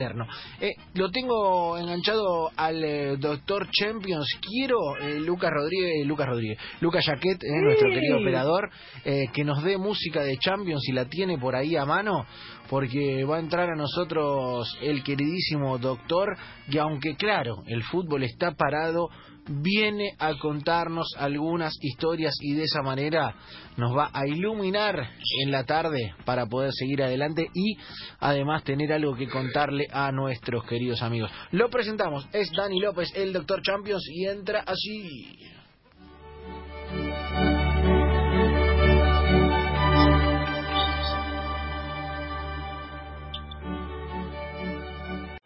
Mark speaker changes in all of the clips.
Speaker 1: Eterno. Eh, lo tengo enganchado al eh, doctor Champions. Quiero, eh, Lucas Rodríguez, Lucas Rodríguez, Lucas Jaquet, eh, nuestro
Speaker 2: Sí.
Speaker 1: querido operador, eh, que nos dé música de Champions si la tiene por ahí a mano, porque va a entrar a nosotros el queridísimo doctor, que aunque claro, el fútbol está parado, viene a contarnos algunas historias y de esa manera nos va a iluminar en la tarde para poder seguir adelante y además tener algo que contarle a nuestros queridos amigos. Lo presentamos, es Dani López, el Doctor Champions, y entra así.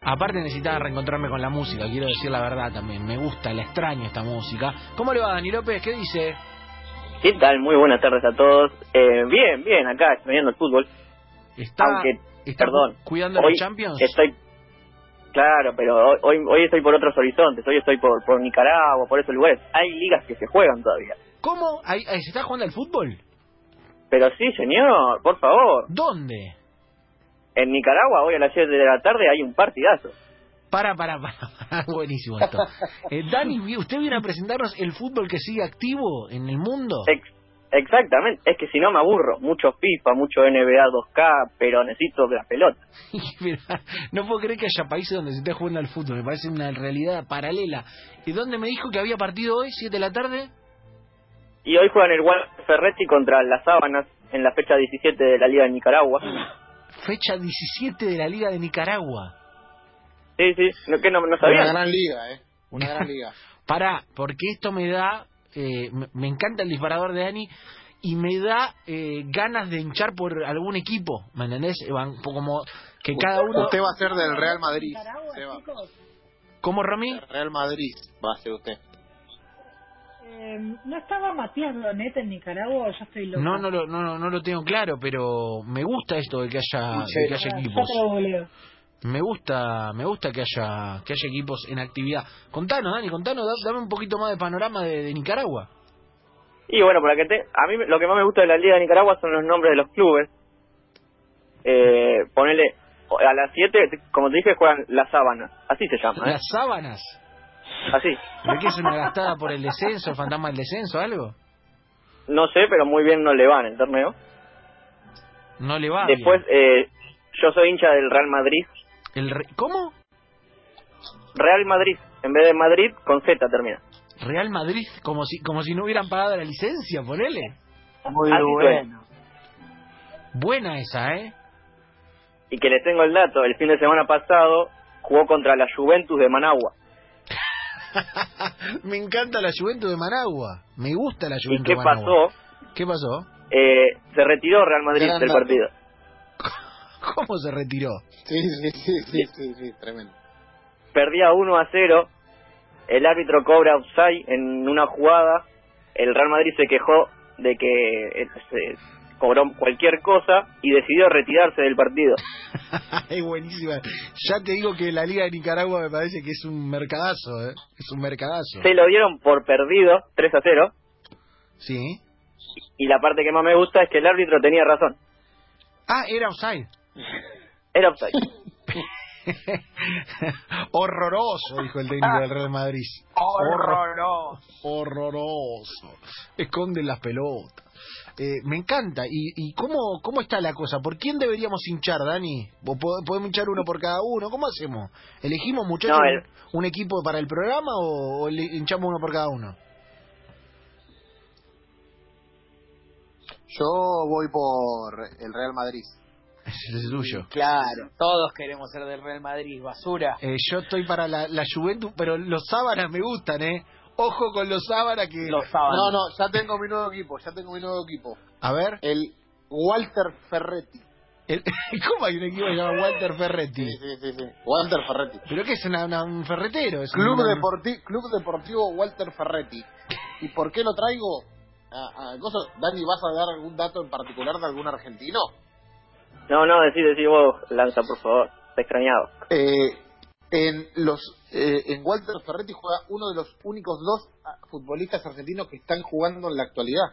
Speaker 1: Aparte necesitaba reencontrarme con la música, quiero decir la verdad también, me gusta, la extraño esta música. ¿Cómo le va Dani López? ¿Qué dice?
Speaker 3: ¿Qué tal? Muy buenas tardes a todos. Eh, bien, bien, acá estudiando el fútbol.
Speaker 1: ¿Está,
Speaker 3: Aunque,
Speaker 1: está
Speaker 3: perdón,
Speaker 1: cuidando a
Speaker 3: hoy
Speaker 1: los Champions?
Speaker 3: Estoy, claro, pero hoy- hoy, hoy estoy por otros horizontes. Hoy estoy por, por Nicaragua, por esos lugares. Hay ligas que se juegan todavía.
Speaker 1: ¿Cómo? Ahí- ahí ¿Se está jugando al fútbol?
Speaker 3: Pero sí, señor, por favor.
Speaker 1: ¿Dónde?
Speaker 3: En Nicaragua, hoy a las 7 de la tarde, hay un partidazo.
Speaker 1: Para, para, para. Buenísimo esto. Eh, Dani, vi- usted viene a presentarnos el fútbol que sigue activo en el mundo.
Speaker 3: Ex- exactamente. Es que si no me aburro. Mucho FIFA, mucho NBA 2K, pero necesito la pelota.
Speaker 1: Mirá, no puedo creer que haya países donde se esté jugando al fútbol. Me parece una realidad paralela. ¿Y dónde me dijo que había partido hoy, 7 de la tarde?
Speaker 3: Y hoy juegan el Juan Ferretti contra las Sábanas en la fecha 17 de la Liga de Nicaragua.
Speaker 1: Fecha 17 de la Liga de Nicaragua.
Speaker 3: Sí, sí, no, que no, no
Speaker 4: Una
Speaker 3: sabía.
Speaker 4: gran liga, ¿eh? Una gran liga.
Speaker 1: Pará, porque esto me da... eh, me- me encanta el disparador de Dani y me da eh, ganas de hinchar por algún equipo. ¿Me entendés? Eh, van- Como que cada uno...
Speaker 4: Usted va a ser del Real Madrid.
Speaker 2: Nicaragua,
Speaker 4: Seba.
Speaker 2: chicos.
Speaker 1: ¿Cómo, Romy?
Speaker 4: Del Real Madrid va a ser usted.
Speaker 2: Eh, ¿No estaba Matías Donet en Nicaragua o yo estoy loco?
Speaker 1: No, no lo, no, no, no lo tengo claro, pero me gusta esto de que haya, de que haya equipos. Me gusta, me gusta que haya, que haya equipos en actividad. Contanos, Dani, contanos, da- dame un poquito más de panorama de, de Nicaragua.
Speaker 3: Y bueno, para que te, a mí lo que más me gusta de la Liga de Nicaragua son los nombres de los clubes. Eh, ponele, a las 7, como te dije, juegan las sábanas. Así se llama, ¿eh?
Speaker 1: Las sábanas.
Speaker 3: Así.
Speaker 1: ¿De qué es una gastada por el descenso, el fantasma del descenso, algo?
Speaker 3: No sé, pero muy bien no le van el torneo.
Speaker 1: No le va. bien.
Speaker 3: Después, eh, yo soy hincha del Real Madrid.
Speaker 1: El re- ¿Cómo?
Speaker 3: Real Madrid, en vez de Madrid, con Z termina.
Speaker 1: Real Madrid, como si, como si no hubieran pagado la licencia, ponele.
Speaker 5: Muy
Speaker 3: Así
Speaker 5: bueno.
Speaker 1: Buena esa, ¿eh?
Speaker 3: Y que les tengo el dato, el fin de semana pasado jugó contra la Juventus de Managua.
Speaker 1: me encanta la Juventus de Managua. Me gusta la
Speaker 3: ¿Y
Speaker 1: Juventus
Speaker 3: qué
Speaker 1: de Managua.
Speaker 3: pasó?
Speaker 1: ¿Qué pasó?
Speaker 3: Eh, se retiró Real Madrid
Speaker 4: Gran
Speaker 3: del
Speaker 4: dato.
Speaker 3: partido.
Speaker 1: ¿Cómo se retiró?
Speaker 4: Sí, sí, sí, sí, sí, sí, tremendo.
Speaker 3: perdía 1 a 0, el árbitro cobra offside en una jugada, el Real Madrid se quejó de que eh, se cobró cualquier cosa y decidió retirarse del partido.
Speaker 1: es buenísima. Ya te digo que la Liga de Nicaragua me parece que es un mercadazo, ¿eh? Es un mercadazo.
Speaker 3: Se lo dieron por perdido 3 a 0
Speaker 1: Sí.
Speaker 3: y la parte que más me gusta es que el árbitro tenía razón,
Speaker 1: Ah, era offside.
Speaker 3: era offside.
Speaker 1: Horroroso, dijo el técnico del Real Madrid.
Speaker 5: Horroroso.
Speaker 1: Horroroso. Esconden las pelotas. Eh, me encanta. ¿Y, y cómo, cómo está la cosa? ¿Por quién deberíamos hinchar, Dani? ¿O po- ¿Podemos hinchar uno por cada uno? ¿Cómo hacemos? ¿Elegimos, muchachos,
Speaker 3: No, el-
Speaker 1: un, un equipo para el programa o, o le- hinchamos uno por cada uno?
Speaker 4: Yo voy por el Real Madrid.
Speaker 1: Ese es tuyo.
Speaker 5: Claro, todos queremos ser del Real Madrid, basura.
Speaker 1: Eh, yo estoy para la, la Juventus, pero los sábanas me gustan, ¿eh? Ojo con los sábanas que...
Speaker 5: Los sábados.
Speaker 4: No, no, ya tengo mi nuevo equipo, ya tengo mi nuevo equipo.
Speaker 1: A ver,
Speaker 4: El Walter Ferretti.
Speaker 1: el- ¿cómo hay un equipo que se llama Walter Ferretti?
Speaker 4: Sí, sí, sí, sí. Walter Ferretti.
Speaker 1: ¿Pero qué es una- una- un ferretero? Es
Speaker 4: Club,
Speaker 1: una-
Speaker 4: Deporti- Club Deportivo Walter Ferretti. ¿Y por qué lo traigo? A, a- cosa- Dani, ¿vas a dar algún dato en particular de algún argentino?
Speaker 3: No, no, decí, decí vos, Lanza, por favor, te he extrañado.
Speaker 4: Eh, en los eh, en Walter Ferretti juega uno de los únicos dos ah, futbolistas argentinos que están jugando en la actualidad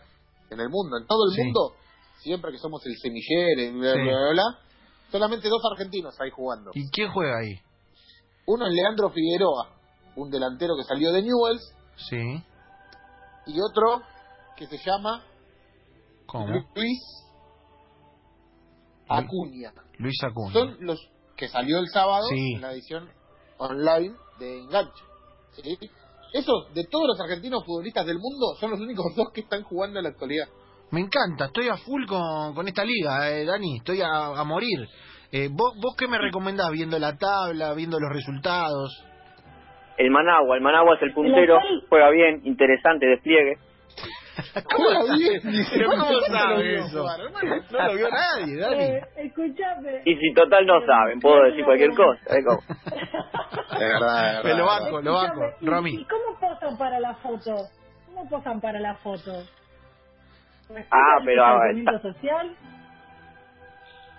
Speaker 4: en el mundo en todo el
Speaker 1: Sí.
Speaker 4: mundo siempre que somos el semillero y bla,
Speaker 1: Sí.
Speaker 4: bla, bla, bla, Solamente dos argentinos ahí jugando.
Speaker 1: ¿Y quién juega ahí?
Speaker 4: Uno es Leandro Figueroa, un delantero que salió de Newells,
Speaker 1: Sí.
Speaker 4: y otro que se llama
Speaker 1: ¿Cómo?
Speaker 4: Luis Acuña.
Speaker 1: Luis Acuña.
Speaker 4: Son los que salió el sábado
Speaker 1: Sí.
Speaker 4: en la edición online de Enganche. ¿sí? Esos, de todos los argentinos futbolistas del mundo, son los únicos dos que están jugando en la actualidad.
Speaker 1: Me encanta, estoy a full con, con esta liga, eh, Dani, estoy a, a morir. Eh, ¿vos, ¿Vos qué me recomendás viendo la tabla, viendo los resultados?
Speaker 3: El Managua, el Managua es el puntero,
Speaker 2: actual-
Speaker 3: juega bien, interesante, despliegue.
Speaker 4: Juega bien, dice.
Speaker 1: Pero ¿cómo
Speaker 4: ¿Cuántos años
Speaker 1: sabe
Speaker 4: lo vio
Speaker 1: eso?
Speaker 4: jugar, hermano?
Speaker 1: No lo vio nadie, Dani.
Speaker 2: Eh, escuchame.
Speaker 3: Y si total no saben, puedo decir cualquier cosa. ¿eh? Como-
Speaker 4: Es verdad, es
Speaker 1: Me lo
Speaker 4: verdad.
Speaker 1: banco, lo banco.
Speaker 2: Escuchame, ¿y-
Speaker 1: Romy.
Speaker 2: ¿Y cómo posan para la foto? ¿Cómo posan para la foto?
Speaker 3: Ah, pero, ah,
Speaker 2: distanciamiento social?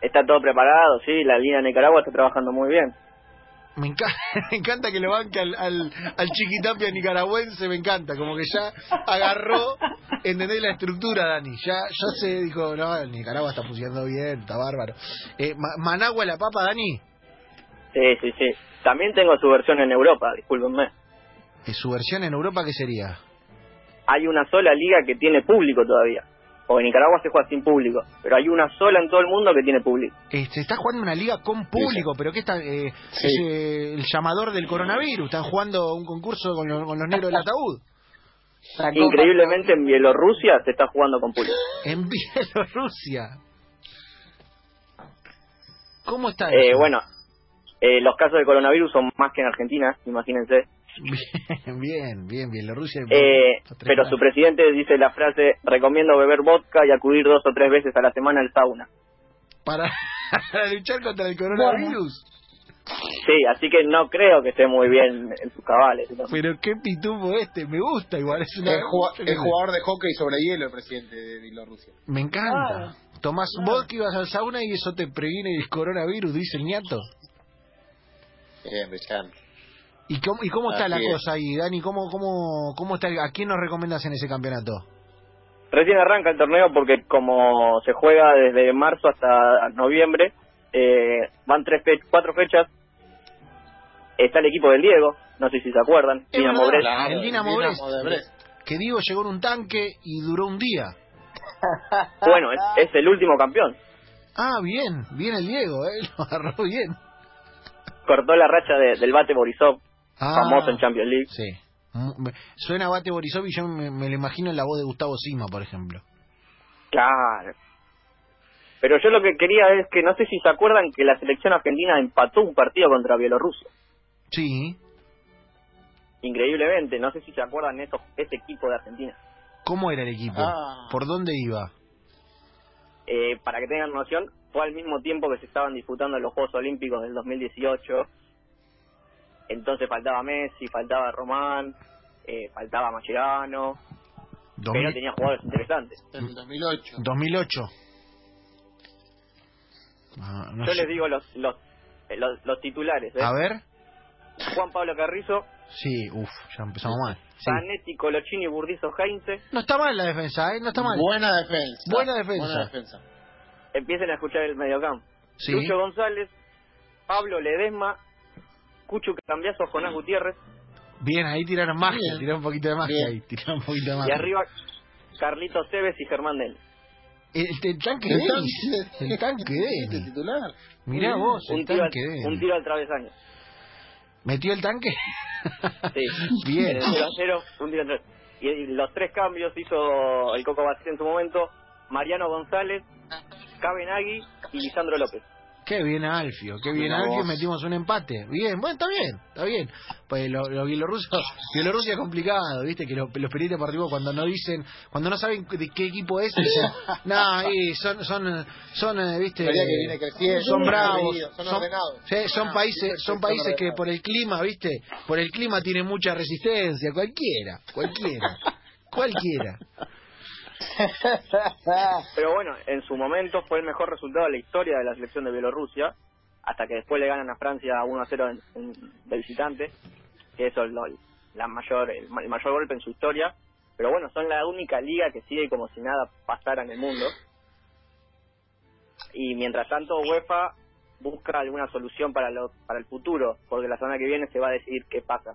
Speaker 3: Está todo preparado, sí, la Liga de Nicaragua está trabajando muy bien.
Speaker 1: Me, enca- me encanta que lo banque al, al, al chiquitapia nicaragüense, me encanta. Como que ya agarró, entendés la estructura, Dani. Ya, ya se dijo, no, el Nicaragua está funcionando bien, está bárbaro. Eh, Ma- Managua la papa, Dani.
Speaker 3: Sí, sí, sí. También tengo su versión en Europa, discúlpenme.
Speaker 1: Eh, ¿Su versión en Europa qué sería?
Speaker 3: Hay una sola liga que tiene público todavía. Porque en Nicaragua se juega sin público, pero hay una sola en todo el mundo que tiene público.
Speaker 1: Eh, se está jugando una liga con público, pero que está eh,
Speaker 4: Sí.
Speaker 1: es, eh, el llamador del coronavirus. Están jugando un concurso con, lo- con los negros del ataúd.
Speaker 3: Increíblemente en Bielorrusia se está jugando con público.
Speaker 1: En Bielorrusia. ¿Cómo está
Speaker 3: Eh,
Speaker 1: eso?
Speaker 3: bueno, eh, los casos de coronavirus son más que en Argentina, imagínense.
Speaker 1: Bien, bien, bien, Bielorrusia.
Speaker 3: Eh,
Speaker 1: Está tremendo.
Speaker 3: pero su presidente dice la frase, recomiendo beber vodka y acudir dos o tres veces a la semana al sauna.
Speaker 1: Para, para luchar contra el coronavirus.
Speaker 3: Sí, así que no creo que esté muy bien en sus cabales.
Speaker 1: Pero qué pitufo este, me gusta igual. Es una...
Speaker 4: Es ju- es jugador de hockey sobre hielo, el presidente de Bielorrusia.
Speaker 1: Me encanta. Tomás
Speaker 2: Claro.
Speaker 1: vodka y vas al sauna y eso te previene el coronavirus, dice el ñato.
Speaker 4: Bien, Bellán.
Speaker 1: ¿Y cómo, y cómo está
Speaker 4: Así
Speaker 1: la
Speaker 4: es.
Speaker 1: cosa ahí, Dani? ¿Cómo, cómo, cómo está el- ¿A quién nos recomendas en ese campeonato?
Speaker 3: Recién arranca el torneo porque como se juega desde marzo hasta noviembre, eh, van tres fe- cuatro fechas. Está el equipo del Diego, no sé si se acuerdan,
Speaker 1: Es
Speaker 3: Dinamo
Speaker 1: verdad.
Speaker 3: Brest.
Speaker 1: Claro, el Dinamo
Speaker 4: de Brest.
Speaker 1: Que Diego llegó en un tanque y duró un día.
Speaker 3: Bueno, es, es el último campeón.
Speaker 1: Ah, bien, bien el Diego, ¿eh? lo agarró bien.
Speaker 3: Cortó la racha de- del bate Borisov,
Speaker 1: Ah,
Speaker 3: famoso en Champions League.
Speaker 1: Sí. Mm, me- Suena Bate Borisov y yo me, me lo imagino en la voz de Gustavo Sima, por ejemplo.
Speaker 3: Claro. Pero yo lo que quería es que no sé si se acuerdan que la selección argentina empató un partido contra Bielorrusia.
Speaker 1: Sí.
Speaker 3: Increíblemente, no sé si se acuerdan esos, ese equipo de Argentina.
Speaker 1: ¿Cómo era el equipo?
Speaker 4: Ah.
Speaker 1: ¿Por dónde iba?
Speaker 3: Eh, para que tengan noción, fue al mismo tiempo que se estaban disputando los Juegos Olímpicos del 2018. Entonces faltaba Messi, faltaba Román, eh, faltaba Mascherano,
Speaker 1: Dos
Speaker 3: pero
Speaker 1: mil-
Speaker 3: tenía jugadores interesantes.
Speaker 4: En el 2008.
Speaker 1: 2008. Ah, no
Speaker 3: Yo
Speaker 1: sé.
Speaker 3: les digo los los, eh, los, los titulares. ¿eh?
Speaker 1: A ver.
Speaker 3: Juan Pablo Carrizo,
Speaker 1: Sí, uff, ya empezamos mal. Sí.
Speaker 3: Zanetti, Colochini, Burdizo, Heinze.
Speaker 1: No está mal la defensa, ¿eh? No está mal.
Speaker 4: Buena defensa.
Speaker 1: Buena defensa.
Speaker 4: Buena defensa.
Speaker 3: Empiecen a escuchar el mediocampo.
Speaker 1: Sí.
Speaker 3: Lucho González, Pablo Ledesma, Cucho Cambiazo, Jonás Gutiérrez.
Speaker 1: Bien, ahí tiraron magia,
Speaker 4: Bien.
Speaker 1: tiraron un poquito de magia
Speaker 4: Bien.
Speaker 1: ahí, tiraron un poquito de magia.
Speaker 3: Y arriba, Carlitos Tevez y Germán Del.
Speaker 1: El, el tanque
Speaker 4: El
Speaker 1: Dennis.
Speaker 4: tanque de-
Speaker 1: El tanque
Speaker 4: Este
Speaker 1: Dennis.
Speaker 4: titular.
Speaker 1: Mirá vos, el
Speaker 3: Un tiro, al,
Speaker 1: tanque Dennis.
Speaker 3: un tiro al travesaño.
Speaker 1: ¿Metió el tanque?
Speaker 3: Sí. En
Speaker 1: Bien.
Speaker 3: el 0 a 0, un tiro al travesaño. Y, y los tres cambios hizo el Coco Basile en su momento, Mariano González, Cabenagui y Lisandro López.
Speaker 1: Qué bien Alfio, qué bien
Speaker 4: Mirá
Speaker 1: Alfio,
Speaker 4: vos.
Speaker 1: metimos un empate. Bien, bueno, está bien, está bien. Pues los lo bielorrusos, Bielorrusia es complicado, viste, que lo- los periodistas deportivos cuando no dicen, cuando no saben de qué equipo es, dicen, no, y son, son, son, eh, viste,
Speaker 4: María que viene creciendo,
Speaker 1: son
Speaker 4: son
Speaker 1: bravos,
Speaker 4: ordenados, son ordenados.
Speaker 1: sí, son
Speaker 4: Ah,
Speaker 1: países,
Speaker 4: sí,
Speaker 1: son
Speaker 4: son
Speaker 1: países que
Speaker 4: ordenados.
Speaker 1: por el clima, viste, por el clima tienen mucha resistencia, cualquiera, cualquiera, cualquiera.
Speaker 3: Pero bueno, en su momento fue el mejor resultado de la historia de la selección de Bielorrusia, hasta que después le ganan a Francia 1 a 0 en, en- de visitante, que eso es lo- la mayor, el, ma- el mayor golpe en su historia. Pero bueno, son la única liga que sigue como si nada pasara en el mundo. Y mientras tanto, UEFA busca alguna solución para, lo, para el futuro, porque la semana que viene se va a decidir qué pasa.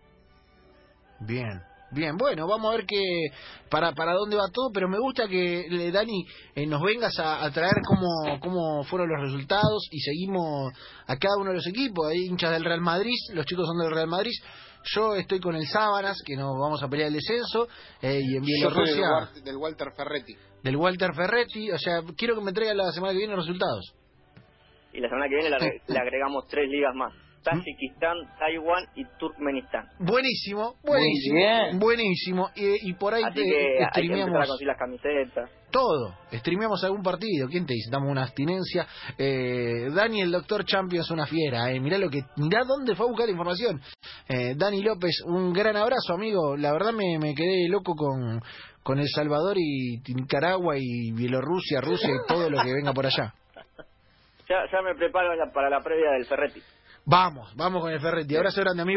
Speaker 1: Bien. Bien, bueno, vamos a ver que para para dónde va todo, pero me gusta que le- Dani eh, nos vengas a, a traer cómo, cómo fueron los resultados y seguimos a cada uno de los equipos. Hay hinchas del Real Madrid, los chicos son del Real Madrid. Yo estoy con el Sábanas, que nos vamos a pelear el descenso, eh, y en
Speaker 4: Yo soy del,
Speaker 1: Bielorrusia
Speaker 4: Wal- del Walter Ferretti.
Speaker 1: del Walter Ferretti. O sea, quiero que me traiga la semana que viene los resultados.
Speaker 3: Y la semana que viene le, agre- le agregamos tres ligas más. Tayikistán, Taiwán y Turkmenistán.
Speaker 1: Buenísimo, buenísimo,
Speaker 5: Muy bien.
Speaker 1: buenísimo. Y, y por ahí
Speaker 3: Así
Speaker 1: te-
Speaker 3: que hay que empezar a
Speaker 1: este, streameamos-
Speaker 3: conseguir las camisetas.
Speaker 1: todo. Streameamos algún partido. ¿Quién te dice? Damos una abstinencia. Eh, Dani, el doctor Champions, una fiera. Eh. Mirá, lo que, mirá dónde fue a buscar la información. Eh, Dani López, un gran abrazo, amigo. La verdad me, me quedé loco con, con El Salvador y Nicaragua y Bielorrusia, Rusia y todo lo que venga por allá.
Speaker 3: Ya, ya me preparo la- para la previa del Ferretti.
Speaker 1: Vamos, vamos con el Ferretti. Abrazo grande, amigo.